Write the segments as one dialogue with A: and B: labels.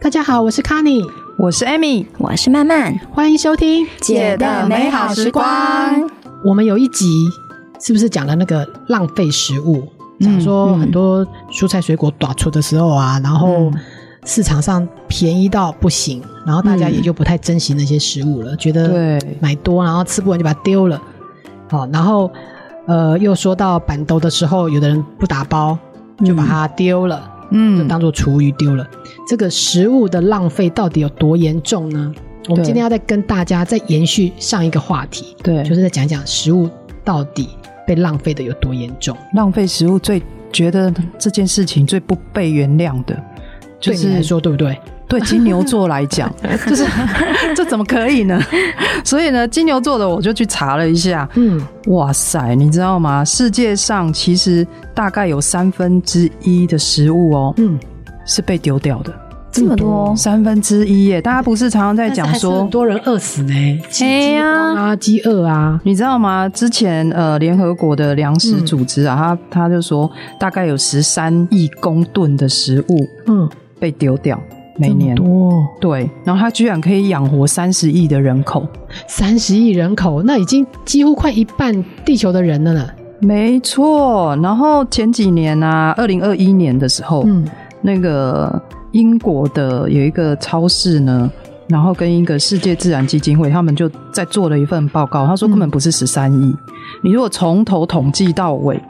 A: 大家好，我是卡尼，
B: 我是 Amy，
C: 我是曼曼，
A: 欢迎收听。
B: 姐的美好时光。
A: 我们有一集是不是讲了那个浪费食物？讲说很多蔬菜水果短出的时候啊，然后市场上便宜到不行，然后大家也就不太珍惜那些食物了，觉得
B: 对
A: 买多然后吃不完就把它丢了。好，然后呃又说到板豆的时候，有的人不打包就把它丢了。就
B: 嗯
A: 当做厨余丢了。这个食物的浪费到底有多严重呢？我们
B: 对
A: 今天要再跟大家再延续上一个话题，
B: 对，
A: 就是在讲讲食物到底被浪费的有多严重。
B: 浪费食物最觉得这件事情最不被原谅的，就
A: 对你来
B: 是
A: 说，对不对？
B: 对金牛座 来讲，就是这怎么可以呢？所以呢，金牛座的我就去查了一下，
A: 嗯，
B: 哇塞，你知道吗？世界上其实大概有三分之一的食物哦，
A: 嗯，
B: 是被丢掉的，
C: 这么多，
B: 三分之一耶！大家不是常常在讲
A: 但是还是
B: 说
A: 很，多人饿死呢，饥
B: 哎呀
A: 饥荒啊，饥饿啊，
B: 你知道吗？之前呃，联合国的粮食组织
A: 嗯
B: 啊，他他就说大概有十三亿公吨的食物
A: 嗯，
B: 被丢掉每年
A: 这。么多
B: 对，然后他居然可以养活三十亿的人口，
A: 三十亿人口，那已经几乎快一半地球的人了呢。
B: 没错。然后前几年啊，二零二一年的时候，
A: 嗯，
B: 那个英国的有一个超市呢，然后跟一个世界自然基金会，他们就在做了一份报告，他说根本不是十三亿，你如果从头统计到尾，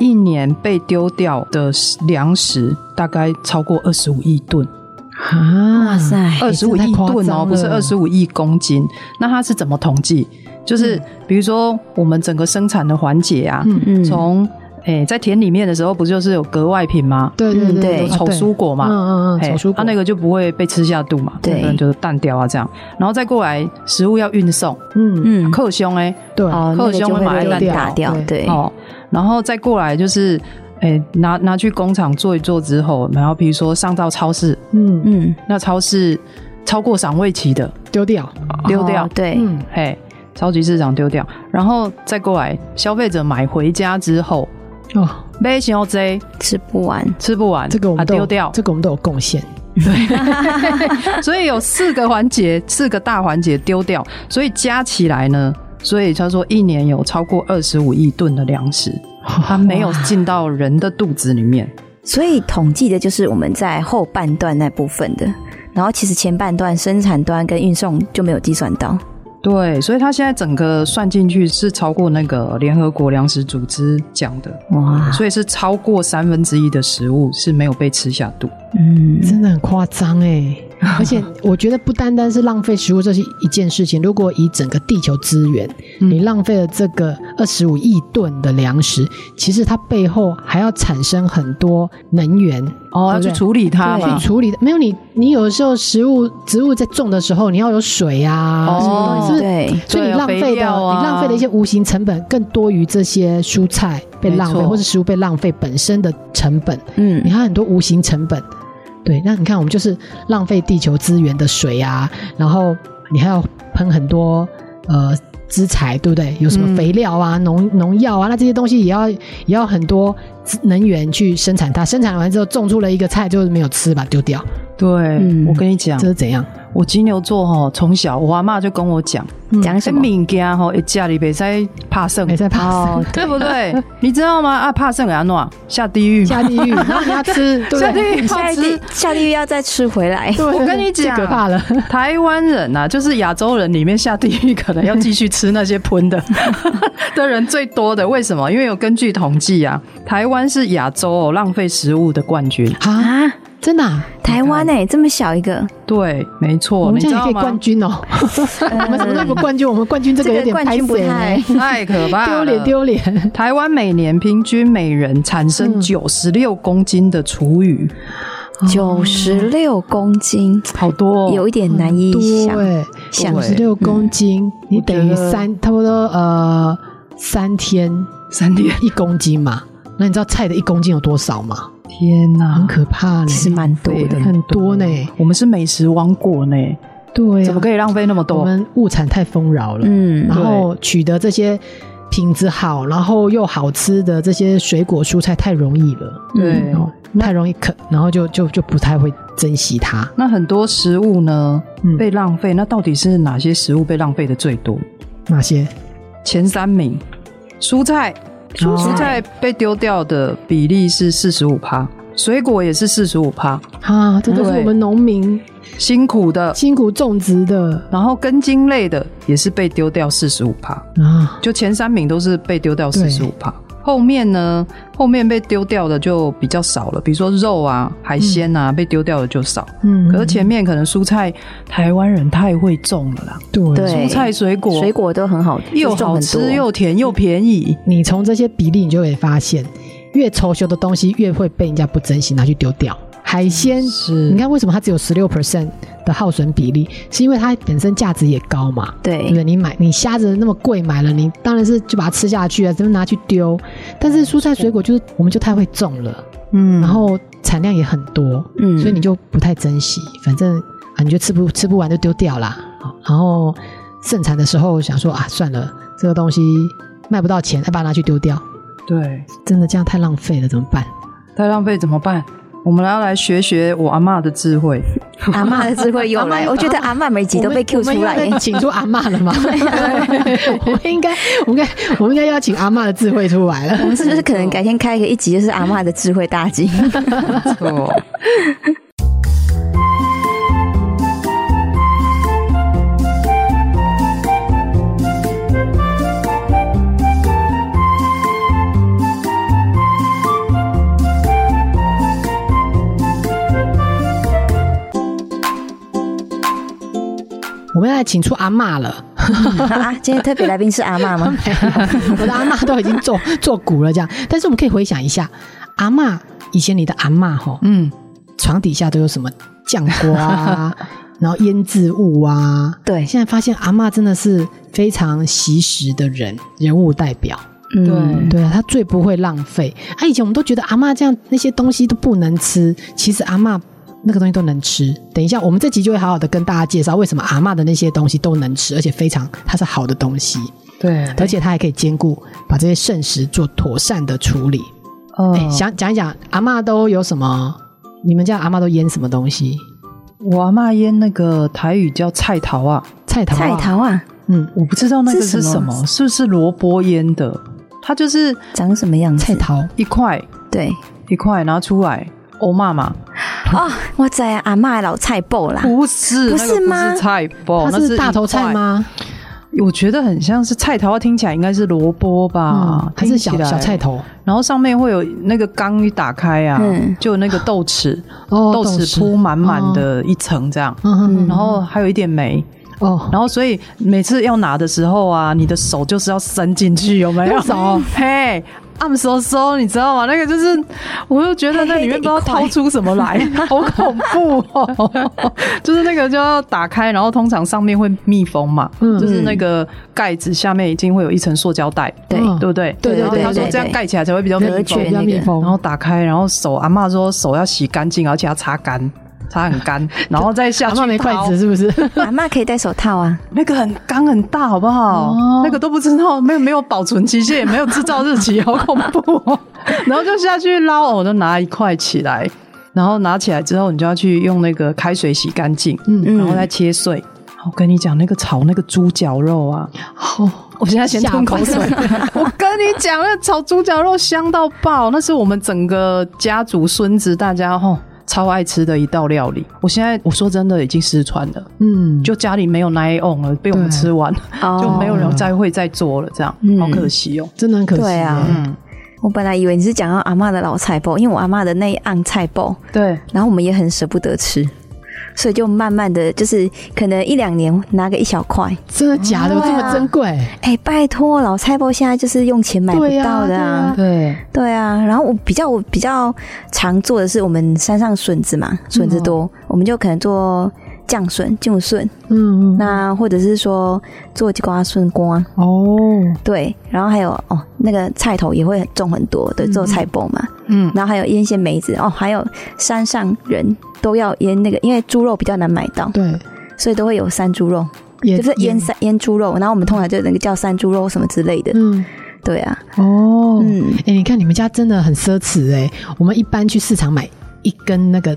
B: 一年被丢掉的粮食大概超过二十五亿吨，
A: 啊，
C: 哇塞，，
B: 二十五
A: 这太
B: 亿
A: 夸
B: 吨哦，
A: 张
B: 不是
A: 了
B: 二十五亿公斤。那它是怎么统计？就是比如说我们整个生产的环节啊，
A: 嗯
C: 嗯，
B: 从诶、在田里面的时候，不就是有格外品吗？
A: 对对
C: 嗯
A: 对
C: 对
A: 啊对，
B: 丑蔬果嘛，
A: 嗯嗯嗯，
B: 哎，
A: 丑蔬果，
B: 它那个就不会被吃下肚嘛，
C: 对
B: 可能就是淡掉啊这样，然后再过来食物要运送，
A: 嗯，
C: 嗯，
B: 克胸哎，
A: 对，
C: 哦，
B: 克
C: 那个
B: 胸
C: 就
B: 会
C: 会
B: 把它
C: 被
B: 烂掉
C: 打掉，对，
B: 哦，然后再过来就是。哎，拿拿去工厂做一做之后，然后比如说上到超市，
A: 嗯，
C: 嗯，
B: 那超市超过赏味期的
A: 丢掉，
B: 丢掉，
C: 哦对，
A: 嗯，
B: 嘿，超级市场丢掉，然后再过来消费者买回家之后，
A: 哦，
B: 买小 Z
C: 吃不完，
B: 吃不完，
A: 这个我
B: 啊
A: 们都有
B: 丢掉，
A: 这个我们都有贡献。
B: 所以有四个环节，四个大环节丢掉，所以加起来呢，所以他说一年有超过二十五亿吨的粮食，它没有进到人的肚子里面。
C: 所以统计的就是我们在后半段那部分的，然后其实前半段生产端跟运送就没有计算到，
B: 对，所以它现在整个算进去是超过那个联合国粮食组织讲的，
C: 哇，
B: 所以是超过三分之一的食物是没有被吃下肚。
C: 嗯，
A: 真的很夸张哎！ 而且我觉得不单单是浪费食物，这是一件事情。如果以整个地球资源，
B: 嗯
A: 你浪费了这个二十五亿吨的粮食，其实它背后还要产生很多能源
B: 哦，要
A: 对不
B: 去
A: 对
B: 处理它
C: 对
B: 嘛
A: 去。处理的。没有你，你有的时候食物植物在种的时候，你要有水啊，
B: 哦
A: 什么东西是不是？
C: 对，
A: 所以你
B: 对啊
A: 浪费
B: 肥
A: 的，
B: 料啊
A: 你浪费的一些无形成本更多于这些蔬菜被浪费，
B: 没错
A: 或是食物被浪费本身的成本。
C: 嗯
A: 你，看很多无形成本，对，那你看我们就是浪费地球资源的水啊，然后你还要喷很多呃资材，对不对？有什么
B: 嗯
A: 肥料啊、农农药啊，那这些东西也要也要很多资能源去生产它，生产完之后种出了一个菜就是没有吃，把它丢掉，
B: 对，
C: 嗯
B: 我跟你讲
A: 这，是怎样？
B: 我金牛座哈，从小我阿妈就跟我讲，
C: 讲什
B: 这
C: 么？
B: 物件吼，一家里别再怕剩
A: 没，哎在怕死
C: 哦，
B: 对不对？ 你知道吗？啊，怕剩安诺下地狱嘛，
A: 下地狱，然后你要 吃，对不
B: 下地
A: 对？
B: 狱
C: 下
B: 好
C: 地
B: 吃。
C: 下地狱要再吃回来，
A: 对
B: 我跟你
A: 最
B: 讲
A: 可怕了。
B: 台湾人呐、啊，就是亚洲人里面下地狱可能要继续吃那些喷的 的人最多的。为什么？因为有根据统计啊，台湾是亚洲、哦、浪费食物的冠军。
A: 啊，
C: 啊，
A: 真的、啊，
C: 台湾哎，这么小一个，
B: 对，没
A: 我
B: 错，
A: 们
B: 你
A: 这
B: 知
A: 样也可
B: 道
A: 以
B: 吗
A: 冠？军 哦。我们什么都不冠军，我们冠军这个有
C: 这个
A: 点
C: 冠
A: 拍
C: 军不
A: 谁
C: 太啊
A: 呢？
B: 太可怕
A: 丢
B: 了，
A: 脸丢脸。
B: 台湾每年平均每人产生
A: 嗯
B: 九十六公斤的厨余，
C: 九十六公斤，
B: 好多、哦，
C: 有一点难以想
A: 对，
C: 想
A: 五十六公斤，你等于
B: 我觉得
A: 三，差不多呃三天
B: 三点。
A: 一公斤嘛。那你知道菜的一公斤有多少吗？
B: 天哪、
A: 很可怕呢
C: 其，实蛮多
B: 对
C: 的。
A: 很多呢。
B: 我们是美食王国呢，
A: 对啊
B: 怎么可以浪费那么
A: 我
B: 多？
A: 们物产太丰饶了，
C: 嗯
A: 然后取得这些品质好，然后又好吃的这些水果蔬菜太容易了，
B: 对，
A: 哦太容易啃，然后就就就不太会珍惜它。
B: 那很多食物呢
A: 嗯
B: 被浪费，那到底是哪些食物被浪费的最多？
A: 哪些？
B: 前三名，蔬菜，
A: 蔬菜
B: 蔬菜被丢掉的比例是四十五趴，水果也是四十五趴，
A: 啊，这都是
B: 对
A: 我们农民
B: 辛苦的，
A: 辛苦种植的
B: 然后根茎类的也是被丢掉四十五趴，
A: 啊，
B: 就前三名都是被丢掉
A: 对
B: 四十五趴。后面呢？后面被丢掉的就比较少了，比如说肉啊、海鲜啊，被丢掉的就少。
A: 嗯，
B: 可是前面可能蔬菜，台湾人太会种了啦，
A: 对
C: 对
B: 蔬菜水果
C: 水果都很好，
B: 又
C: 就是种
B: 好
C: 很多
B: 吃又甜又便宜。
A: 你从这些比例，你就可以发现，越丑修的东西越会被人家不珍惜拿去丢掉。海鲜，
B: 是
A: 你看为什么它只有十六 percent 的耗损比例，是因为它本身价值也高嘛，对不
C: 对
A: 对？你买你虾子那么贵买了，你当然是就把它吃下去啊，怎么拿去丢？但是蔬菜水果就是我们就太会种了，
B: 嗯
A: 然后产量也很多，
C: 嗯
A: 所以你就不太珍惜，反正啊你就吃不吃不完就丢掉啦。好然后盛产的时候想说啊，算了，这个东西卖不到钱，再把它拿去丢掉，
B: 对，
A: 真的这样太浪费了，怎么办？
B: 太浪费怎么办？我们要来学学我阿嬷的智慧。
C: 阿嬷的智慧又来，我觉得阿嬷每集都被 Q
A: 我
C: 出
A: 们我
C: 来
A: 们又在
C: 耶，
A: 请出阿嬷 了吗？我们应该，我们应该，我们应该要请阿嬷的智慧出来
C: 我
A: 了。
C: 们是不是可能改天开一个一集就是阿嬷的智慧大 集？
B: 错。
A: 我们要来请出阿嬷了，
C: 啊，今天特别来宾是阿嬷吗？
A: 没有我的阿嬷都已经做做骨了，这样。但是我们可以回想一下，阿嬷以前你的阿嬷吼，
B: 嗯，
A: 床底下都有什么酱锅 啊，然后腌制物啊。
C: 对
A: 现在发现阿嬷真的是非常惜食的人人物代表，
C: 嗯，
A: 对啊，她最不会浪费。啊，以前我们都觉得阿嬷这样那些东西都不能吃，其实阿嬷那个东西都能吃。等一下，我们这集就会好好的跟大家介绍为什么阿嬷的那些东西都能吃，而且非常它是好的东西，
B: 对，
A: 而且它还可以兼顾把这些剩食做妥善的处理。
B: 呃
A: 哎、想讲一讲阿嬷都有什么？你们家阿嬷都腌什么东西？
B: 我阿嬷腌那个台语叫菜桃啊，
A: 菜头、啊，
C: 菜桃啊，
A: 嗯，
B: 我不知道那个是
C: 是
B: 什
C: 什
B: 么，
C: 么
B: 是不是萝卜腌的？它就是
C: 长什么样子？
A: 菜桃，
B: 一块
C: 对
B: 一块拿出来，欧妈妈
C: 哦，我在阿嬷的老菜脯啦，
B: 不是
C: 不
B: 那个
C: 是吗
B: 不是菜包，
A: 它
B: 哦那
A: 是
B: 一
A: 大头菜
B: 块？
A: 吗？
B: 我觉得很像是菜桃，听起来应该是萝卜吧
A: 嗯，还是
B: 啊听起
A: 小
B: 来
A: 小菜头？
B: 然后上面会有那个缸一打开啊，
C: 嗯
B: 就有那个豆豉，
A: 哦
B: 豆豉铺满满的一层这样，
A: 嗯嗯
B: 然后还有一点梅，
A: 哦，
B: 然后所以每次要拿的时候啊，你的手就是要伸进去，有没有？
A: 用手
B: 嘿。暗嗖嗖，你知道吗？那个就是，我就觉得那里面不知道掏出什么来， 好恐怖哦！ 就是那个就要打开，然后通常上面会密封嘛，
A: 嗯
B: 就是那个盖子下面一定会有一层塑胶袋，
C: 对
A: 嗯
B: 对不哦对？
A: 对对
B: 然后
A: 对
B: 他说
C: 对
B: 这样
C: 对
B: 盖起来才会比较密
C: 隔
B: 封
C: 绝
A: 比较
C: 那
A: 密
C: 个
A: 封，
B: 然后打开，然后手阿嬷说手要洗干净，而且要擦干，擦很 干，然后再下
A: 阿
B: 去
A: 嬷没筷
B: 掏
A: 子是不是？
C: 阿嬷可以戴手套啊，
B: 那个很缸很大，好不好？
A: 哦
B: 那个都不知道，没有没有保存期限，也没有制造日期，好恐怖 哦！然后就下去捞，我就拿一块起来，然后拿起来之后，你就要去用那个开水洗干净，
A: 嗯，
B: 然后再切碎。我跟你讲，那个炒那个猪脚肉啊，
A: 好，
B: 我现在先吞口水。 我跟你讲，那炒猪脚肉香到爆，那是我们整个家族孙子大家吼、超爱吃的一道料理。我现在我说真的已经失传了，
A: 嗯，
B: 就家里没有 n i on 了，被我们
A: 对
B: 吃完，就
C: 哦
B: 没有人再会再做了，这样、
C: 嗯
B: 好可惜哦。
A: 真的很可惜。
C: 对啊，
B: 嗯，
C: 我本来以为你是讲到阿嬷的老菜脯，因为我阿嬷的那一案菜脯，
B: 对，
C: 然后我们也很舍不得吃，所以就慢慢的就是可能一两年拿个一小块，
A: 真的假的？
C: 嗯
A: 有这
C: 对
A: 么
C: 啊
A: 珍贵？
C: 哎、拜托，老菜包现在就是用钱买不
A: 对呀
C: 到的啊，
B: 嗯对，
C: 对啊。然后我比较我比较常做的是我们山上笋子嘛，笋子多，我们就可能做酱笋、酱笋，
A: 嗯嗯，
C: 那或者是说做地瓜笋瓜，
A: 哦，
C: 对。然后还有哦，那个菜头也会很重很多，对，做菜包嘛。
B: 嗯，
C: 然后还有腌些梅子哦，还有山上人都要腌那个，因为猪肉比较难买到，
A: 对，
C: 所以都会有山猪肉。
A: 也
C: 就是
A: 也
C: 腌山腌猪肉，然后我们通常就那个叫山猪肉什么之类的。
A: 嗯
C: 对啊，
A: 哦嗯，
C: 嗯，
A: 哎、你看你们家真的很奢侈哎、我们一般去市场买一根那个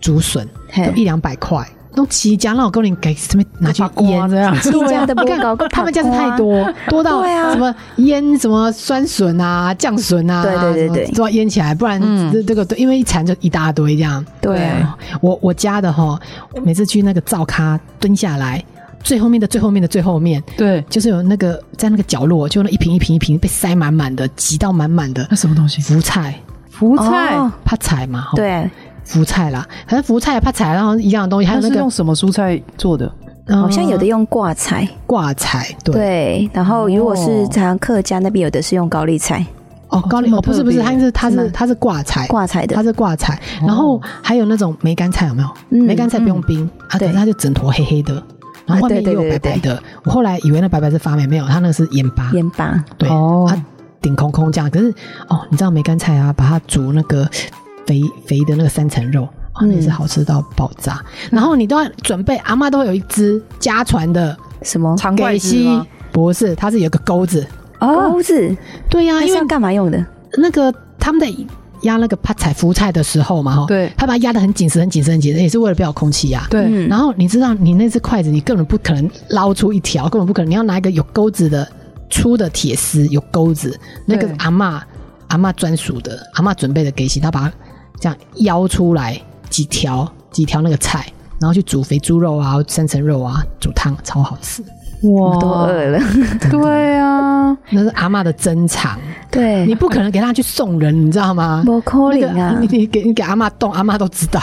A: 竹笋
C: 嘿
A: 都一两百块，弄起家让我跟你给什么拿去腌。啊
B: 这样，
C: 自家的
A: 你
C: 不高，
A: 看他们家是太多，多到
C: 对啊
A: 什么腌什么酸笋啊、酱笋啊，
C: 对对对
A: 什么
C: 对
A: 都要腌起来，不然
B: 嗯
A: 这这个都因为一缠就一大堆这样。
C: 对啊，
A: 我我家的哈，我每次去那个灶咖蹲下来，最后面的最后面的最后面，
B: 对，
A: 就是有那个在那个角落，就那一瓶一瓶一瓶被塞满满的，挤到满满的
B: 那什么东西？
A: 福菜、
B: 福
C: 哦
A: 怕菜嘛，吼，
C: 对，
A: 福菜啦，反正福菜、怕菜，然后一样的东西，还
B: 它
A: 有那
B: 是
A: 个
B: 用什么蔬菜做的？
A: 嗯
C: 好像有的用挂菜，
A: 挂菜，对，
C: 对，然后如果是
B: 哦
C: 常常客家那边有的是用高丽菜
A: 哦，高丽
B: 这么
A: 哦，不是不是，
B: 特别
A: 它是它
C: 是
A: 是
C: 吗
A: 它是挂菜，
C: 挂菜
A: 它
C: 的，哦
A: 是挂菜，然后还有那种梅干菜有没有？
C: 嗯
A: 梅干菜不用冰啊，可
C: 对
A: 是它就整坨黑黑的，然后外面
C: 啊
A: 也
C: 对
A: 有
C: 对
A: 白
C: 对
A: 白的。我后来以为那白白是发霉，没有，它那个是盐巴，
C: 盐巴，
A: 对，
B: 哦
A: 它顶空空这样。可是哦，你知道梅干菜啊，把它煮那个肥肥的那个三层肉。啊，
C: 嗯
A: 也是好吃到爆炸，然后你都要准备，阿妈都会有一只家传的
C: 什么
B: 长
A: 给
B: 筷子
A: 西
B: 吗？，
A: 不是，它是有个钩子，
C: 钩子，
A: 对呀、
C: 那
A: 哦因
C: 哦是
A: 为
C: 要干嘛用的？
A: 那个他们在压那个帕彩福菜的时候嘛，哈，
B: 对
A: 他把它压得很紧实、很紧实、很紧实，也是为了不要有空气压。
B: 对，
C: 嗯
A: 然后你知道，你那只筷子，你根本不可能捞出一条，根本不可能，你要拿一个有钩子的粗的铁丝，有钩子，那个
B: 对
A: 阿嬷阿嬷专属的，阿嬷准备的给洗，她把它这样舀出来几条几条那个菜，然后去煮肥猪肉啊、三层肉啊，煮汤超好吃。
C: 我都
A: 哦
C: 饿 了，
B: 对啊，
A: 那是阿嬷的珍藏，
C: 对，
A: 你不可能给她去送人，你知道吗？
C: 不可
A: 那
C: 能
A: 个
C: 啊
A: 你！你给你给阿妈动，阿妈都知道。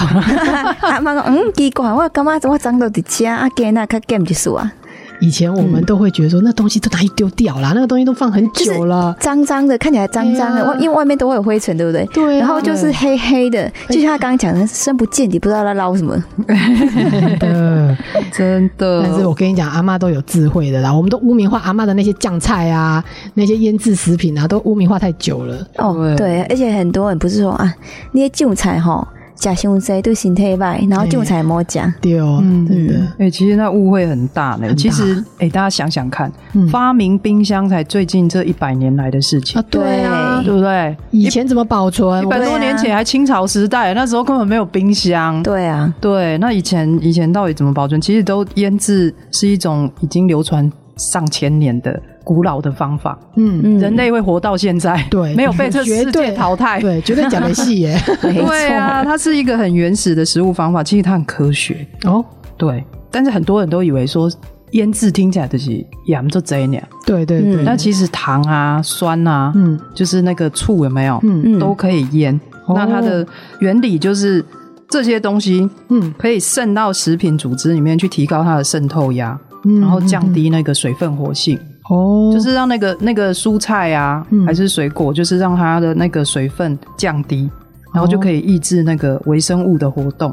C: 阿妈讲，嗯，奇怪，我感觉我长到伫家，啊，今仔较减一丝啊，
A: 以前我们都会觉得说，那东西都哪里丢掉啦？那个东西都放很久了。
C: 脏脏的，看起来脏脏
A: 对
C: 的，
A: 啊
C: 外因为外面都会有灰尘，对不对？
A: 对啊
C: 然后就是黑黑的，就像他刚刚讲的，深不见底，不知道在捞什么。
A: 对，
B: 真的。
A: 但是我跟你讲，阿妈都有智慧的啦。我们都污名化阿妈的那些酱菜啊，那些腌制食品啊，都污名化太久了。
C: 哦，对，而且很多人不是说啊，那些韭菜吼，食伤济对身体歹，然后韭菜莫食。
A: 对哦，
B: 嗯
A: 真的
C: 嗯，
B: 哎、其实那误会很大呢。
A: 大
B: 其实，哎、大家想想看，
A: 嗯
B: 发明冰箱才最近这一百年来的事情，
A: 啊，对啊，
B: 对不对？
A: 以前怎么保存
B: 一？百
C: 对啊
B: 多年前还清朝时代，那时候根本没有冰箱。
C: 对啊，
B: 对，那以前以前到底怎么保存？其实都腌制是一种已经流传上千年的古老的方法。
A: 嗯，
C: 嗯
B: 人类会活到现在，
A: 对
B: 没有被这
A: 绝
B: 世
A: 对
B: 界淘汰。
A: 对，绝对讲的细耶。
C: 没错，
B: 对啊，它是一个很原始的食物方法，其实它很科学。
A: 哦，
B: 对，但是很多人都以为说腌制听起来就是盐就这样，
A: 对对
C: 嗯
A: 对，
B: 但其实糖啊、酸啊，
A: 嗯
B: 就是那个醋有没有，
A: 嗯
C: 嗯
B: 都可以腌。
A: 哦
B: 那它的原理就是这些东西
A: 嗯
B: 可以渗到食品组织里面去，提高它的渗透压，
A: 嗯，
B: 然后降低那个水分活性，
A: 哦，
B: 就是让那个那个蔬菜啊，
A: 嗯
B: 还是水果，就是让它的那个水分降低。然后就可以抑制那个微生物的活动，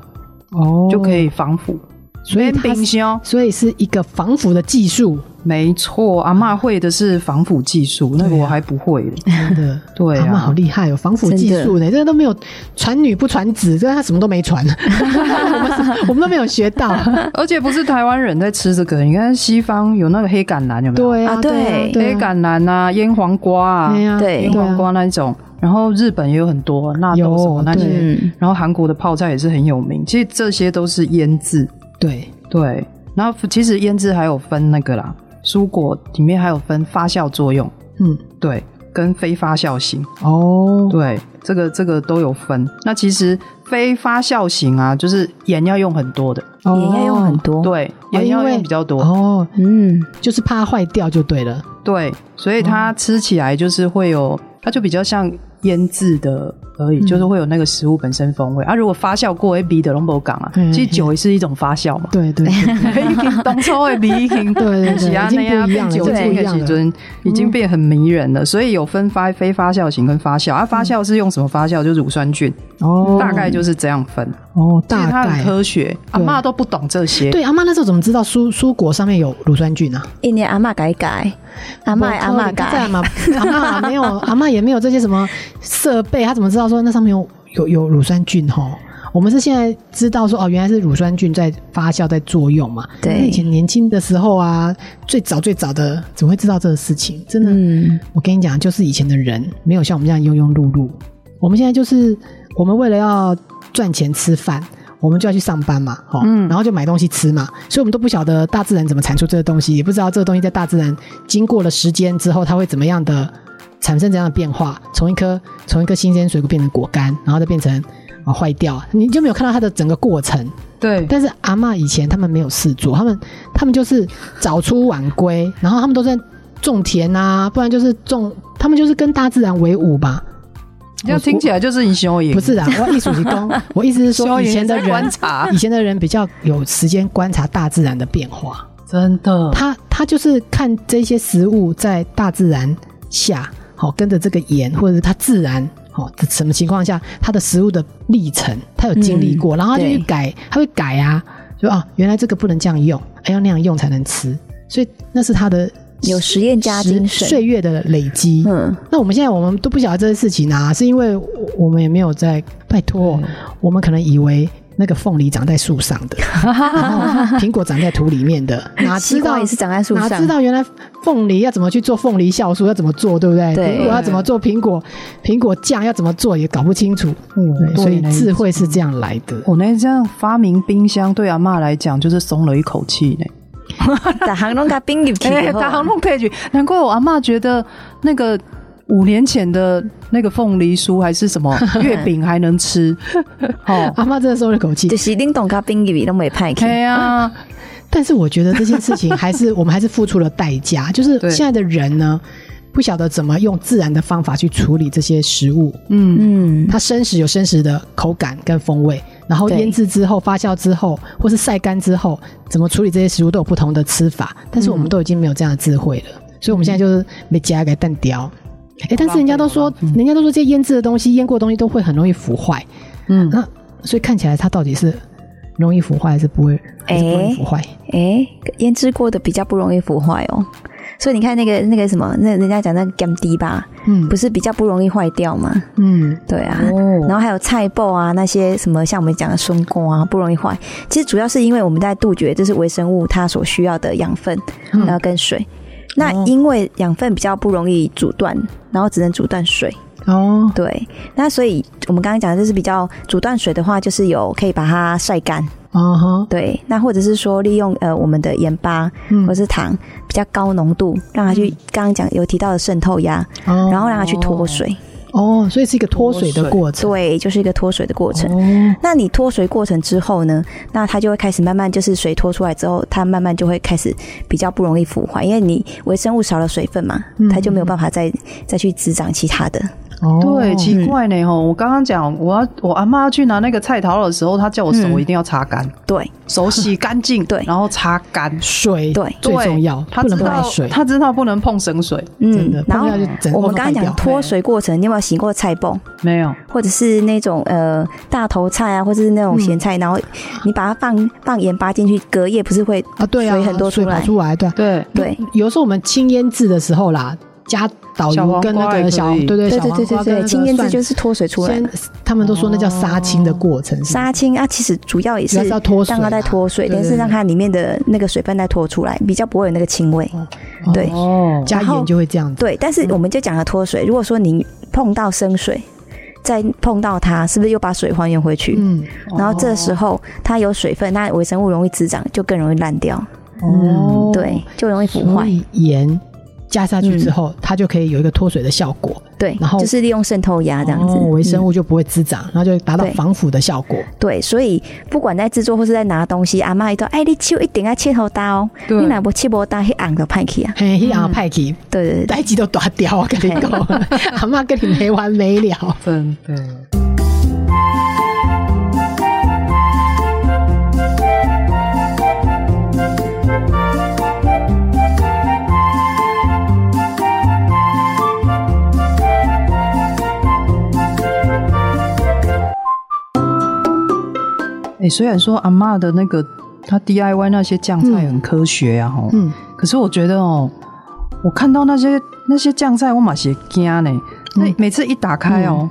A: 哦
B: 就可
A: 以，
B: 以防腐。
A: 所以
B: 腌
A: 它
B: 冰箱
A: 所以是一个防腐的技术。
B: 没错，阿嬷会的是防腐技术，那
A: 啊
B: 个我还不会。
A: 真的，
B: 对啊
A: 阿嬷好厉害哦，防腐技术呢，这个都没有传女不传子，这个她什么都没传， 我们是我们都没有学 到。
B: 而且不是台湾人在吃这个，你看西方有那个黑橄榄有没有？
A: 对啊，
C: 啊
A: 对啊
C: 对
A: 对
B: 黑
A: 啊，
B: 橄榄啊，腌黄瓜啊，
A: 对呀，
C: 对
B: 腌
A: 对啊
B: 黄瓜那一种。然后日本也有很多纳豆什
A: 有
B: 么那
A: 对
B: 些，
C: 嗯，
B: 然后韩国的泡菜也是很有名。其实这些都是腌制，
A: 对，
B: 对。然后其实腌制还有分那个啦，蔬果里面还有分发酵作用，
A: 嗯，
B: 对，跟非发酵型。
A: 哦，
B: 对，这个这个都有分。那其实非发酵型啊，就是盐要用很多的，
A: 哦
C: 盐要用很多。，
B: 对，
A: 哦
B: 盐
A: 因
B: 要
A: 为
B: 用比较多，
A: 哦，
C: 嗯，
A: 就是怕它坏掉就对了。
B: 对，所以它吃起来就是会有，它就比较像腌制的而
A: 嗯
B: 已，就是会有那个食物本身风味。啊，如果发酵过会比的龙博港啊
A: 嗯，
B: 其实酒也是一种发酵 嘛。
A: 对对 对
B: 当初会比已 经
A: 对对
B: 是啊
A: 已经不一样了
B: 那变酒
A: 已经不一
B: 精
A: 样了嗯
B: 的时阵已经变很迷人了，所以有分发非发酵型跟发酵。啊，发酵是用什么发酵？就是乳酸菌，
A: 嗯哦，
B: 大概就是这样分。
A: 哦，
B: 其实
A: 大
B: 它很
A: 概。
B: 科学，阿
A: 对
B: 嬷都不懂这些。
A: 对，阿妈那时候怎么知道蔬蔬果上面有乳酸菌啊？
C: 一年阿嬷改改，阿嬷的阿嬷
A: 在
C: 改，
A: 嘛，阿妈没有，阿妈也没有这些什么设备，她怎么知道说那上面有有有乳酸菌吼？我们是现在知道说哦，原来是乳酸菌在发酵在作用嘛。
C: 对
A: 那以前年轻的时候啊，最早最早的怎么会知道这个事情？真的，
C: 嗯
A: 我跟你讲，就是以前的人没有像我们这样庸庸碌碌，我们现在就是我们为了要赚钱吃饭。我们就要去上班嘛，哦，
B: 嗯
A: 然后就买东西吃嘛，所以我们都不晓得大自然怎么产出这个东西，也不知道这个东西在大自然经过了时间之后，它会怎么样的产生怎样的变化，从一颗从一颗新鲜水果变成果干，然后再变成啊坏掉，你就没有看到它的整个过程。
B: 对，
A: 但是阿嬷以前他们没有事做，他们他们就是早出晚归，然后他们都在种田啊，不然就是种，他们就是跟大自然为伍吧。
B: 这样听起来就是你熊也
A: 不是啦， 我艺术提供，我意思是说
B: 熊
A: 以前的
B: 观
A: 人，
B: 察
A: 以，前的人比较有时间观察大自然的变化，
B: 真
C: 嗯
B: 的
A: 他他就是看这些食物在大自然下，好、跟着这个盐或者是它自然。哦，什么情况下它的食物的历程，他有经历过，然后他就去
C: 嗯对
A: 改，他会改啊，就啊，原来这个不能这样用，还要那样用才能吃，所以那是他的
C: 有实验家
A: 时
C: 精神
A: 岁月的累积。
C: 嗯，
A: 那我们现在我们都不晓得这些事情啊，是因为我我们也没有在拜
C: 嗯
A: 托，我们可能以为那个凤梨长在树上的，然后苹果长在土里面 的，哪知
C: 西瓜
A: 道
C: 也是长在树
A: 哪
C: 上
A: 知，道原来凤梨要怎么去做凤梨酵素，要怎么做，对不对？
C: 对
A: 苹果要怎么做苹果苹果酱要怎么做也搞不清楚，
C: 嗯
A: 对
B: 对
A: 所以
B: 呢
A: 智慧是这样来的。
B: 我那这样发明冰箱对阿嬷来讲就是松了一口气呢。
C: 打行弄个冰入去
B: 哎、
C: 以后
B: 大航弄配角，难怪我阿嬷觉得那个五年前的那个凤梨酥还是什 么月饼还能吃，哦，
A: 阿妈真的松了口气
C: 就，是叮咚加冰入去都没派去，
B: 对啊，
A: 但是我觉得这件事情还是我们还是付出了代价，就是
B: 对
A: 现在的人呢，不晓得怎么用自然的方法去处理这些食物，
B: 嗯，
C: 嗯，
A: 它生食有生食的口感跟风味，然后
C: 对
A: 腌制之后、发酵之后，或是晒干之后，怎么处理这些食物都有不同的吃法。但是我们都已经没有这样的智慧了，所以我们现在就是被加给蛋雕。哎、但是人家都说，人家都说这些腌制的东西、腌过的东西都会很容易腐坏。
B: 嗯
A: 那所以看起来它到底是容易腐坏，还是不会，还是不容易腐坏？
C: 哎，腌制过的比较不容易腐坏哦。所以你看那个那个什么，那人家讲那个干滴吧，
A: 嗯
C: 不是比较不容易坏掉吗？
A: 嗯，
C: 对啊，
B: 哦
C: 然后还有菜爆啊，那些什么像我们讲的松果啊，不容易坏。其实主要是因为我们在杜绝这是微生物它所需要的养分，
A: 嗯
C: 然后跟水。那
A: 哦
C: 因为养分比较不容易阻断，然后只能阻断水。
A: 哦，
C: 对，那所以我们刚刚讲的就是比较阻断水的话，就是有可以把它晒干。
A: 啊哈，
C: 对，那或者是说利用呃我们的盐巴
A: 嗯
C: 或是糖比较高浓度，让它去刚刚讲有提到的渗透压，
A: 哦
C: 然后让它去脱水。
A: 哦，所以是一个脱水的过程。
C: 对，就是一个脱水的过程。
A: 哦，
C: 那你脱水过程之后呢，那它就会开始慢慢就是水脱出来之后，它慢慢就会开始比较不容易腐坏，因为你微生物少了水分嘛，
A: 嗯
C: 它就没有办法再再去滋长其他的。
A: 哦
B: 对，奇怪呢吼！我刚刚讲，我要我阿妈要去拿那个菜桃的时候，她叫我手
C: 嗯
B: 一定要擦干，
C: 对
B: 手洗干净，
C: 对
B: 然后擦干，
A: 水
C: 对
A: 最重要，
B: 她
A: 不
B: 知
A: 能碰
B: 道
A: 水。
B: 她知道不能碰生水，
A: 真的
C: 嗯，然后
A: 碰下去整个
C: 我们
A: 都
C: 刚刚
A: 坏掉
C: 讲脱水过程，你有没有洗过菜泵，
B: 没有，
C: 或者是那种呃大头菜啊，或者是那
A: 嗯
C: 种咸菜，然后你把它放放盐巴进去，隔夜不是会
A: 啊，对啊，
C: 水很多
A: 水
C: 出来
A: 跑出来，对啊。
B: 对，
C: 对
A: 有时候我们清腌制的时候啦，加导
B: 小
A: 游
B: 黄
A: 跟那
B: 瓜也可
A: 个
B: 以
A: 小，对对
C: 对
A: 小
C: 对
A: 黄瓜
C: 对对
A: 跟那
C: 对，
A: 个
C: 经验制
A: 蒜
C: 就是脱水出来
A: 先。他们都说那叫杀青的过程，是
C: 杀青啊，其实主要也
A: 主要是要脱水
C: 让它在脱水，
A: 啦对
C: 但
A: 对
C: 是
A: 对
C: 让它里面的那个水分再脱出来，比较不会有那个腥味。
A: 哦
C: 对
B: 哦，
A: 加
C: 然后
A: 盐就会这样子。
C: 对，但是我们就讲了脱水，如果说你碰到生水，再碰到它，是不是又把水还原回去？
A: 嗯，
C: 然后这时候它有水分，那微生物容易滋长，就更容易烂掉，
A: 哦，
C: 对，就容易腐
A: 所
C: 坏。嗯
A: 以盐加下去之后，它就可以有一个脱水的效果，
C: 对，
A: 然后
C: 就是利用渗透压这样子，
A: 哦微生
C: 嗯
A: 物就不会滋长，然后就达到
C: 对
A: 防腐的效果。
C: 嗯对，所以不管在制作或是在拿东西，阿妈一说：“哎，你切一定要切头刀哦，
B: 对
C: 你哪不切不刀，黑昂的派去啊
A: 嘿，一样派去，！”
C: 对对对，
A: 来几都断掉，我跟你讲， 阿妈跟你没完没了。
B: 真的。哎、虽然说阿嬷的那个她 DIY 那些酱菜很科学啊，吼、
A: 嗯，
B: 可是我觉得哦，我看到那些那些酱菜，我嗯马些惊呢。那每次一打开哦，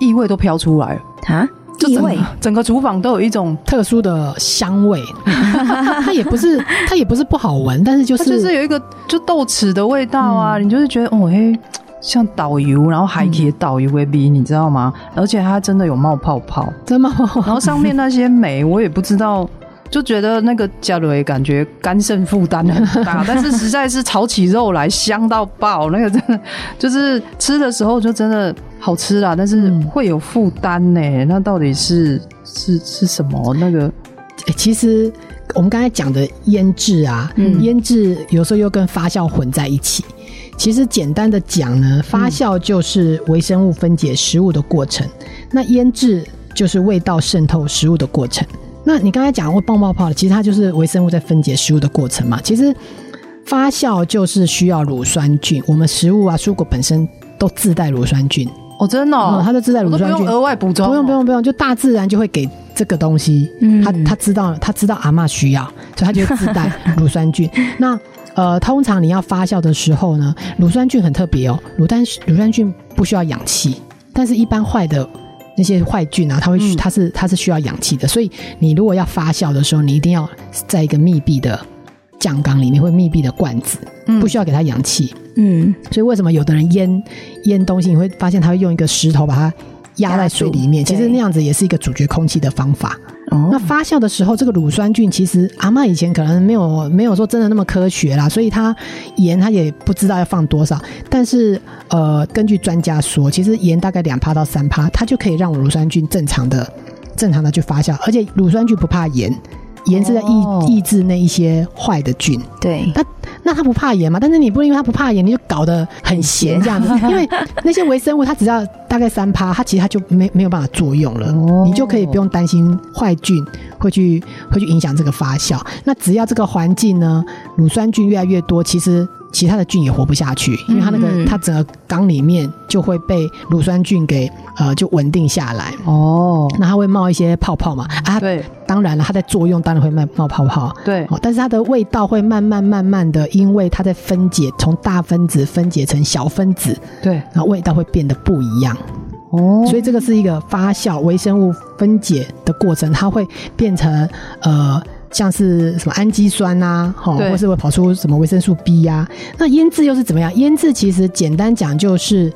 B: 异味都飘出来了。
C: 啊，
B: 就
C: 异
B: 整
C: 味
B: 整个厨房都有一种，
A: 特殊的香味， 它也不是它也不是不好闻，但是就
B: 它
A: 是
B: 就是有一个就豆豉的味道啊，你就是觉得哦嘿，像导游，然后海铁导游味逼，你知道吗？而且它真的有冒泡泡，
A: 真的
B: 然后上面那些酶我也不知道。就觉得那个加蕊感觉肝肾负担很大，但是实在是炒起肉来香到爆，那个真的就是吃的时候就真的好吃啦，但是会有负担呢。那到底是是是什么？那个
A: 欸其实我们刚才讲的腌制啊，
B: 嗯
A: 腌制有时候又跟发酵混在一起。其实简单的讲
B: 嗯
A: 呢，发酵就是微生物分解食物的过程，那腌制就是味道渗透食物的过程。那你刚才讲过棒泡泡，其实它就是微生物在分解食物的过程嘛。其实发酵就是需要乳酸菌，我们食物啊、蔬果本身都自带乳酸菌，
B: 哦，真的、哦
A: 嗯它就自带乳酸菌
B: 我都不用额外补充哦，
A: 不用不用不用，就大自然就会给这个东西，
C: 嗯
A: 他他知道他知道阿嬷需要，所以他就自 带乳酸菌。那呃，通常你要发酵的时候呢，乳酸菌很特别哦，乳酸乳酸菌不需要氧气，但是一般坏的。那些坏菌啊，它会
B: 嗯
A: 需它是它是需要氧气的，所以你如果要发酵的时候，你一定要在一个密闭的酱缸里面，或密闭的罐子，不需要给它氧气。
C: 嗯，
A: 所以为什么有的人腌腌东西，你会发现他会用一个石头把它压在水里面，
C: 压住
A: 其实那样子也是一个阻绝空气的方法。那
C: 哦，
A: 发酵的时候，这个乳酸菌其实阿嬷以前可能没有没有说真的那么科学啦，所以她盐她也不知道要放多少。但是呃，根据专家说，其实盐大概两趴到三趴，它就可以让乳酸菌正常的正常的去发酵，而且乳酸菌不怕盐，盐是在抑、
B: 哦
A: 抑制那一些坏的菌。
C: 对，
A: 那那它不怕盐嘛？但是你不能因为它不怕盐，你就搞得很咸这样子。因为那些微生物，它只要大概三趴，它其实它就没没有办法作用了，
B: 哦
A: 你就可以不用担心坏菌会去会去影响这个发酵。那只要这个环境呢，乳酸菌越来越多，其实。其他的菌也活不下去，因为它那个、
C: 嗯
A: 它整个缸里面就会被乳酸菌给呃就稳定下来，
B: 哦，
A: 那它会冒一些泡泡嘛啊，
B: 对
A: 当然了，它在作用当然会冒冒泡泡，
B: 对，
A: 哦，但是它的味道会慢慢慢慢的，因为它在分解，从大分子分解成小分子，
B: 对
A: 然后味道会变得不一样。
B: 哦，
A: 所以这个是一个发酵微生物分解的过程，它会变成呃。像是什么氨基酸啊，哦，
B: 对
A: 或是会跑出什么维生素 B 呀、那腌制又是怎么样？腌制其实简单讲就是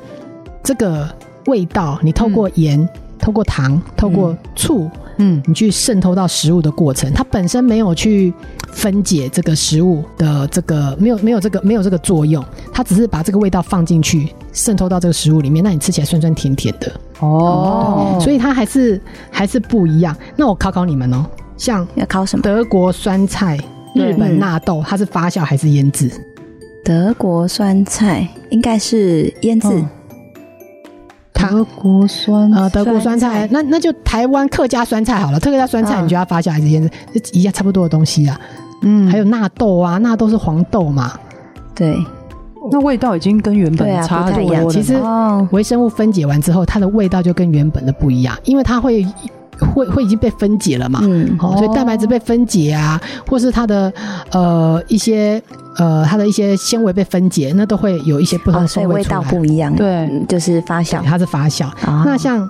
A: 这个味道，你透过盐、透过糖、透过醋，
B: 嗯
A: 你去渗透到食物的过程，它本身没有去分解这个食物的这个没有没有这个没有这个作用，它只是把这个味道放进去，渗透到这个食物里面，那你吃起来酸酸甜甜的，
B: 哦，
A: 所以它还是还是不一样。那我考考你们哦，像
C: 要烤什么？
A: 德国酸菜、
B: 对
A: 日本纳豆，它是发酵还是腌制？
C: 德国酸菜应该是腌制，
A: 嗯它
B: 德国酸
A: 呃，德国酸
C: 酸
A: 菜
C: 菜，
A: 那那就台湾客家酸菜好了，客家酸菜
B: 嗯
A: 你觉得它发酵还是腌制？一样差不多的东西啊。
B: 嗯，
A: 还有纳豆啊，纳豆是黄豆嘛，
C: 对，
B: 那味道已经跟原
C: 对
B: 本
C: 啊
B: 差
C: 不太
B: 很
C: 一
B: 多
C: 样
B: 了。
A: 其实
C: 哦，
A: 微生物分解完之后，它的味道就跟原本的不一样，因为它会会会已经被分解了嘛。
C: 嗯，
A: 哦，所以蛋白质被分解啊，或是它的呃一些呃它的一些纤维被分解，那都会有一些不同
C: 哦，
A: 的
C: 所
A: 风
C: 以
A: 味
C: 味
A: 出来。
C: 道不一样，
B: 对
C: 嗯，就是发酵
A: 对，它是发酵。
C: 啊
A: 那像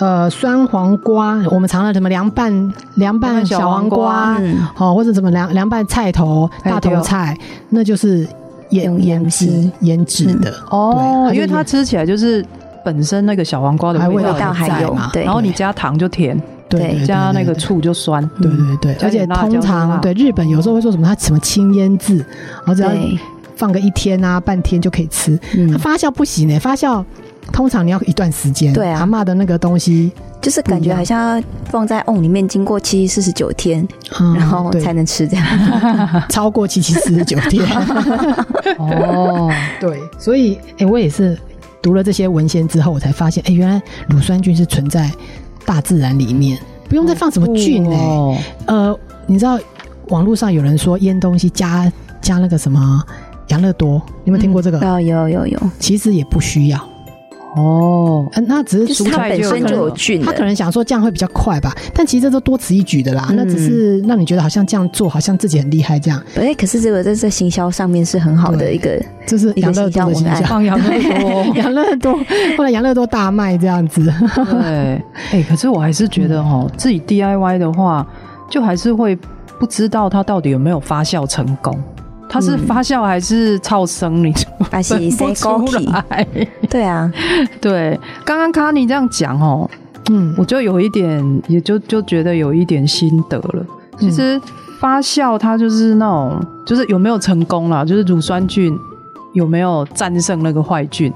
A: 呃酸黄瓜，我们常常什么凉拌凉
B: 凉拌
A: 拌
B: 小
A: 小黄
B: 黄瓜
A: 瓜，
C: 嗯
A: 哦，或者什么凉凉拌菜头、
B: 哎
A: 大
B: 对
A: 头
B: 哦
A: 菜，那就是腌
C: 用腌
A: 腌制
C: 制
A: 腌制的。
C: 嗯
B: 哦，
A: 对
B: 因为它吃起来就是本身那个小黄瓜的
A: 还
B: 味
A: 道
B: 道
C: 味道
B: 也
C: 还
B: 在
C: 有
A: 嘛
C: 对
B: 然后你加糖就甜，
A: 对
C: 对
A: 对对
B: 加那
A: 对
B: 个
A: 对
B: 醋就酸。
A: 对对对，
B: 加
A: 而且
B: 点辣椒
A: 通
B: 就辣
A: 常对日本有时候会说什么它什么清腌制，然后只要
C: 对，
A: 放个一天啊半天就可以吃。它
C: 嗯，
A: 发酵不行呢、欸发酵通常你要一段时间。
C: 对啊
A: 阿嬷的那个东西，
C: 就是感
A: 不一
C: 觉
A: 样
C: 好像要放在瓮里面经过七四十九天，
A: 嗯
C: 然后
A: 对
C: 才能吃这样。
A: 超过七七四十九 天。
B: 哦，
A: 对，所以哎、诶我也是读了这些文献之后，我才发现，哎、原来乳酸菌是存在大自然里面，不用再放什么菌欸呢、
B: 哦
A: 呃，你知道网络上有人说腌东西加
C: 嗯
A: 加那个什么养乐多，你有没有听过这个？
C: 哦有有有有，
A: 其实也不需要，
B: 哦，
A: 嗯，那只
C: 就是是
A: 蔬
C: 它
A: 菜
C: 本
B: 就
C: 身
B: 有
C: 就有
B: 可能
C: 菌
A: 他可
C: 的，
A: 能想说这样会比较快吧，但其实这都多此一举的啦。
C: 嗯
A: 那只是让你觉得好像这样做，好像自己很厉害这样，
C: 哎，可是这个在在行销上面是很好的
A: 对
C: 一个，
A: 这是
C: 一个
A: 养乐多的
C: 形
A: 形
C: 象文
A: 象。。
B: 放羊 多
A: 养乐多，后来养乐多大卖这样子，
B: 对， 哎、可是我还是觉得哦，自己 DIY 的话，就还是会不知道它到底有没有发酵成功。它是
A: 嗯
B: 发酵还是超生，你就
C: 还是
B: 分 不
C: 生
B: 出
C: 枸杞
B: 来。
C: 对啊，
B: 对，刚刚卡尼这样讲哦，
A: 嗯，
B: 我就有一点，也就就觉得有一点心得了。其实发酵它就是那种，就是有没有成功啦，就是乳酸菌有没有战胜那个坏菌，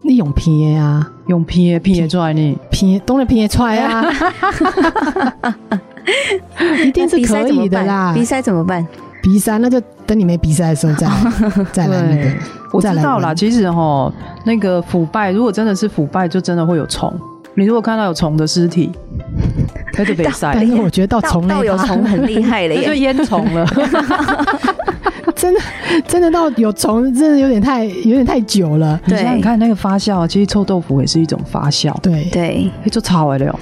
A: 你用拼的啊，
B: 用 PA PA 出来呢？
A: 拼当然拼得出来 啊，一定是
C: 比赛
A: 可
C: 怎么
A: 以的啦
C: 办？。比赛怎么办？
A: 鼻塞那就等你没鼻塞的时候再来再来那
B: 对
A: 个，
B: 我知
A: 再来
B: 道啦。
A: 闻
B: 其实哈，那个腐败，如果真的是腐败，就真的会有虫。你如果看到有虫的尸 体，那就被晒，
A: 但是我觉得到
C: 到
A: 哦虫那
C: 到
A: 一
C: 有
A: 趴
C: 虫很厉害了
B: 那 就
C: 耶，
B: 烟虫了。
A: 真的 真的到有虫，真的有点太有点太久了。
B: 你想想看，那个发酵，啊其实臭豆腐也是一种发酵，
A: 对，
C: 对，
B: 哎就炒了了。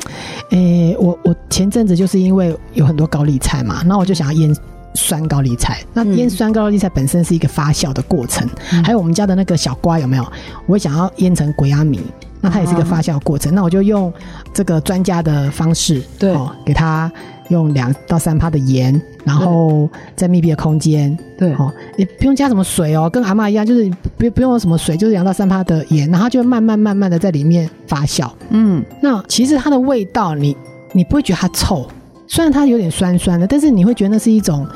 A: 诶、我我前阵子就是因为有很多高丽菜嘛，那我就想要腌酸高丽菜。那腌酸高丽菜本身是一个发酵的过程，还有我们家的那个小瓜有没有？我想要腌成鬼压米，那它也是一个发酵的过程。那我就用这个专家的方式，哦
B: 对
A: 给它用两到三趴的盐，然后在密闭的空间，
B: 对
A: 哦，也不用加什么水哦，跟阿妈一样，就是不不用什么水，就是两到三趴的盐，然后它就会慢慢慢慢的在里面发酵。
B: 嗯，
A: 那其实它的味道你，你不会觉得它臭，虽然它有点酸酸的，但是你会觉得那是一种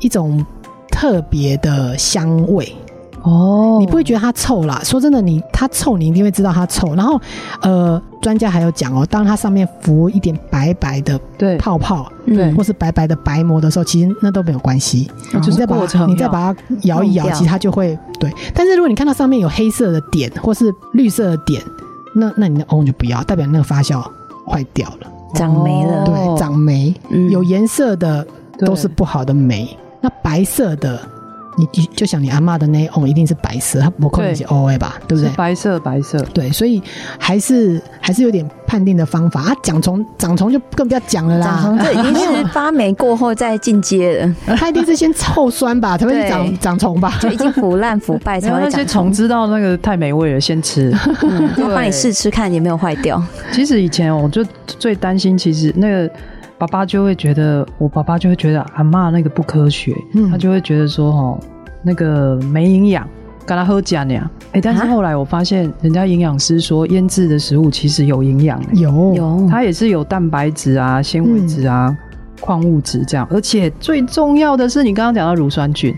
A: 一种特别的香味，
B: 哦
A: 你不会觉得它臭啦。说真的你，它臭，你一定会知道它臭。然后，呃，专家还有讲哦，当它上面浮一点白白的
B: 对
A: 泡泡，
B: 对
C: 嗯
A: 或是白白的白膜的时候，其实那都没有关系。
B: 哦就是
A: 你再把
B: 过程
A: 它，
B: 要
A: 你再把它摇一摇
C: 弄，掉
A: 其实它就会对。但是如果你看到上面有黑色的点或是绿色的点，那那你的欧就不要，代表那个发酵坏掉了，
C: 长霉了，
B: 哦
A: 对，长霉。
C: 嗯
A: 有颜色的
B: 对
A: 都是不好的霉，那白色的，你你就想你阿嬷的那欧一定是白色，它不可能是 O A 吧，对不
B: 是
A: 对？
B: 白色白色，
A: 对，所以还是还是有点判定的方法啊。长虫长虫就更不要讲了啦，
C: 长虫这已经是发霉过后再进阶了，
A: 它一定是先臭酸吧，才会去
C: 对
A: 长长虫吧？
C: 就已经腐烂腐败才
B: 然后
C: 会
B: 那些
C: 长
B: 虫知道那个太美味了，先 吃。
C: 嗯
B: 对
C: 要帮你试吃看有没有坏掉。
B: 其实以前我就最担心，其实那个爸爸就会觉得，我爸爸就会觉得阿嬷那个不科学，
A: 嗯
B: 他就会觉得说哦，那个没营养，跟他喝假粮。哎，但是
C: 啊
B: 后来我发现，人家营养师说腌制的食物其实有营养、欸，
A: 有
C: 有，
B: 它也是有蛋白质啊、纤维质啊、矿物质这样，而且最重要的是，你刚刚讲到乳酸菌。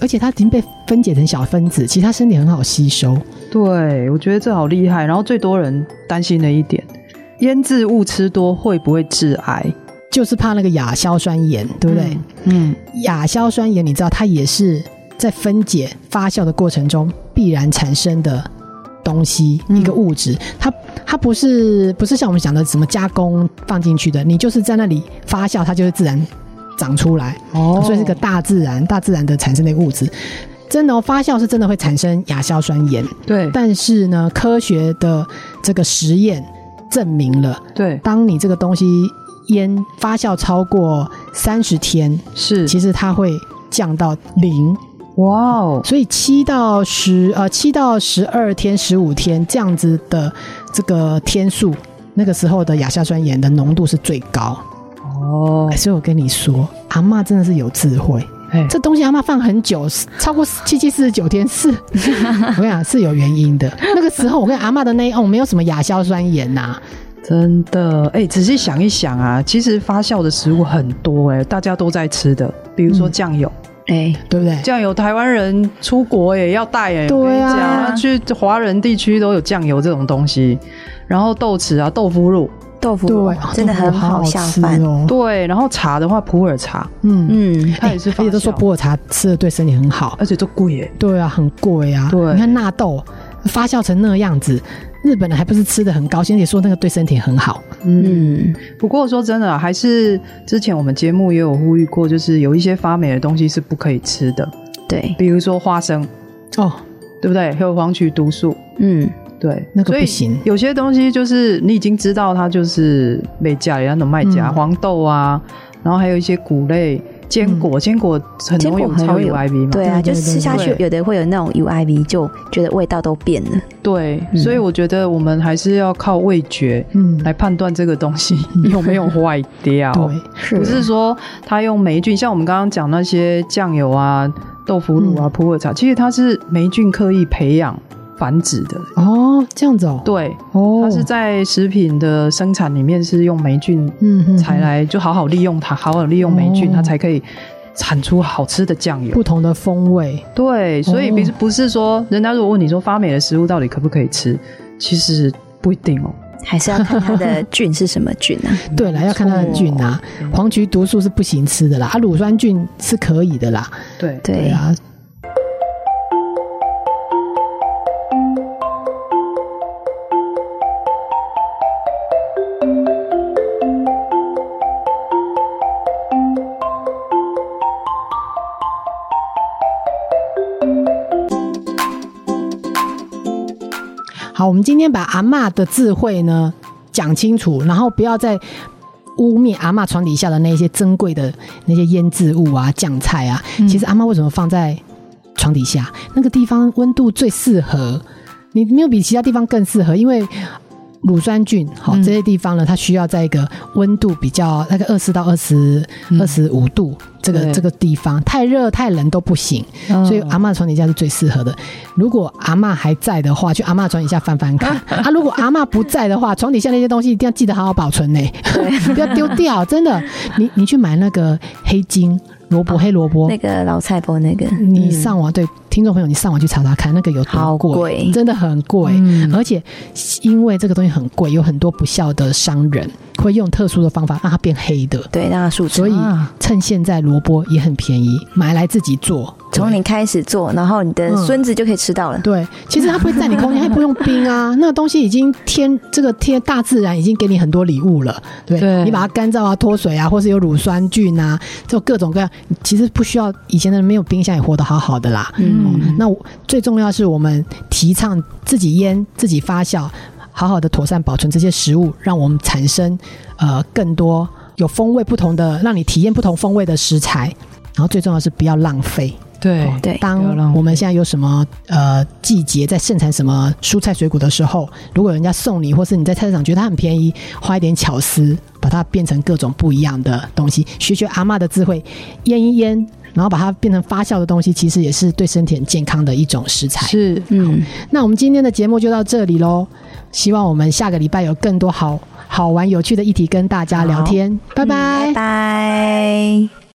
A: 而且它已经被分解成小分子，其实它身体很好吸收。
B: 对，我觉得这好厉害。然后最多人担心的一点，腌制物吃多会不会致癌？
A: 就是怕那个亚硝酸盐，对不对？
B: 嗯，
A: 亚硝酸盐你知道它也是在分解发酵的过程中必然产生的东西，
B: 嗯
A: 一个物质。它它不是不是像我们讲的什么加工放进去的，你就是在那里发酵，它就会自然长出来。
B: 哦
A: 所以是个大自然大自然的产生的物质。真的哦，发酵是真的会产生亚硝酸盐，
B: 对
A: 但是呢，科学的这个实验证明了，
B: 对
A: 当你这个东西腌发酵超过三十天，
B: 是
A: 其实它会降到零，
B: 哇哦，
A: 所以七到十呃七到十二天、十五天这样子的这个天数，那个时候的亚硝酸盐的浓度是最高。
B: 哦
A: 哎，所以我跟你说，阿嬷真的是有智慧。
B: 哎
A: 这东西阿妈放很久，超过七七四十九天是， 我跟你讲是有原因的。那个时候我跟阿妈的那一哦瓮没有什么亚硝酸盐呐、
B: 真的哎，仔细想一想啊，其实发酵的食物很多哎，大家都在吃的，比
A: 嗯
B: 如说酱油，
C: 哎，
A: 对不对？
B: 酱油台湾人出国也要带哎，
A: 对啊
B: 我跟你讲去华人地区都有酱油这种东西，然后豆豉啊、豆腐乳，
C: 豆腐乳
A: 对，
C: 真的很
A: 好
C: 下
A: 吃
C: 饭。
A: 哦。
B: 对，然后茶的话，普洱茶，
A: 嗯，
C: 嗯，
B: 它也是
A: 而
B: 发酵，
A: 且都说普洱茶吃的对身体很好，
B: 而且都贵耶，
A: 对啊，很贵啊。
B: 对
A: 你看纳豆发酵成那样子，日本人还不是吃的很高兴，而且说那个对身体很好。
C: 嗯，
B: 不过说真的啊，还是之前我们节目也有呼吁过，就是有一些发霉的东西是不可以吃的，
C: 对，
B: 比如说花生，
A: 哦，
B: 对不对？还有黄曲毒素，
C: 嗯，
B: 对，
A: 那个
B: 所以
A: 不行
B: 有些东西就是你已经知道它就是美甲，人家的卖甲、
A: 嗯
B: 黄豆啊，然后还有一些谷类、坚果，坚果很
C: 坚
B: 容易
C: 果
B: 有
C: 很
B: 超
C: 容易有
B: UIV 嘛。
C: 对啊，
A: 对
C: 就
A: 对
C: 吃
A: 对
C: 下去
B: 对
C: 有的会有那种 UIV，就觉得味道都变了。
B: 对，所以我觉得我们还是要靠味觉
A: 嗯，
B: 来判断这个东西有没有坏掉。
A: 对，
C: 是
B: 不是说它用霉菌，像我们刚刚讲那些酱油啊、豆腐乳
A: 嗯
B: 啊、普洱茶，其实它是霉菌刻意培养繁殖的。
A: 哦，这样子哦，
B: 对，
A: 哦，
B: 它是在食品的生产里面是用霉菌
A: 嗯嗯
B: 才
A: 嗯
B: 来，就好好利用它，好好利用霉菌，
A: 哦
B: 它才可以产出好吃的酱油。
A: 不同的风味，
B: 对，所以
A: 哦
B: 不是不是说，人家如果问你说发霉的食物到底可不可以吃，其实不一定哦。
C: 还是要看它的菌是什么菌啊？
A: 对啦，要看它的菌啊，黄曲毒素是不行吃的啦，啊，乳酸菌是可以的啦，
B: 对，
A: 对
C: 对，
A: 啊，好，我们今天把阿嬷的智慧呢讲清楚，然后不要再污蔑阿嬷床底下的那些珍贵的那些腌制物啊、酱菜啊。其实阿嬷为什么放在床底下那个地方温度最适合？你没有比其他地方更适合，因为。乳酸菌，好、这些地方呢，它需要在一个温度比较那个二十到二十二十五度这个
B: 对
A: 这个地方，太热太冷都不行。
C: 嗯
A: 所以阿嬷的床底下是最适合的。如果阿嬷还在的话，去阿嬷的床底下翻翻 看啊。如果阿嬷不在的话，床底下那些东西一定要记得好好保存 呢、不要丢掉。真的，你你去买那个黑金萝卜、黑萝卜
C: 啊那，个老菜包那个
A: 你上网对听众朋友，你上网去查查看，那个有多
C: 好
A: 贵，
C: 贵，嗯
A: 真的很贵。
B: 嗯
A: 而且因为这个东西很贵，有很多不孝的商人会用特殊的方法让它变黑的。
C: 对，让它树
A: 所
C: 脂。
A: 以
B: 啊
A: 趁现在萝卜也很便宜，买来自己做。
C: 从你开始做，然后你的
A: 嗯
C: 孙子就可以吃到了。
A: 对，其实它不会占你空间，它也不用冰啊。那个东西已经天这个天大自然已经给你很多礼物了，对
B: 对
A: 你把它干燥啊、脱水啊，或是有乳酸菌啊，就各种各样，其实不需要以前的人没有冰箱也活得好好的啦。
B: 嗯
A: 那我最重要是我们提倡自己腌、自己发酵，好好的妥善保存这些食物，让我们产生呃更多有风味不同的，让你体验不同风味的食材。然后最重要是不要浪费。
B: 对
A: 哦
C: 嗯对
B: 不要浪
A: 当
B: 费
A: 我们现在有什么呃季节在盛产什么蔬菜水果的时候，如果人家送你，或是你在菜市场觉得它很便宜，花一点巧思把它变成各种不一样的东西，学学阿嬷的智慧，腌一腌，然后把它变成发酵的东西，其实也是对身体很健康的一种食材。
B: 是
C: 嗯，
A: 那我们今天的节目就到这里喽，希望我们下个礼拜有更
B: 嗯
A: 多好好玩有趣的议题跟大家聊天，拜拜
C: 拜拜。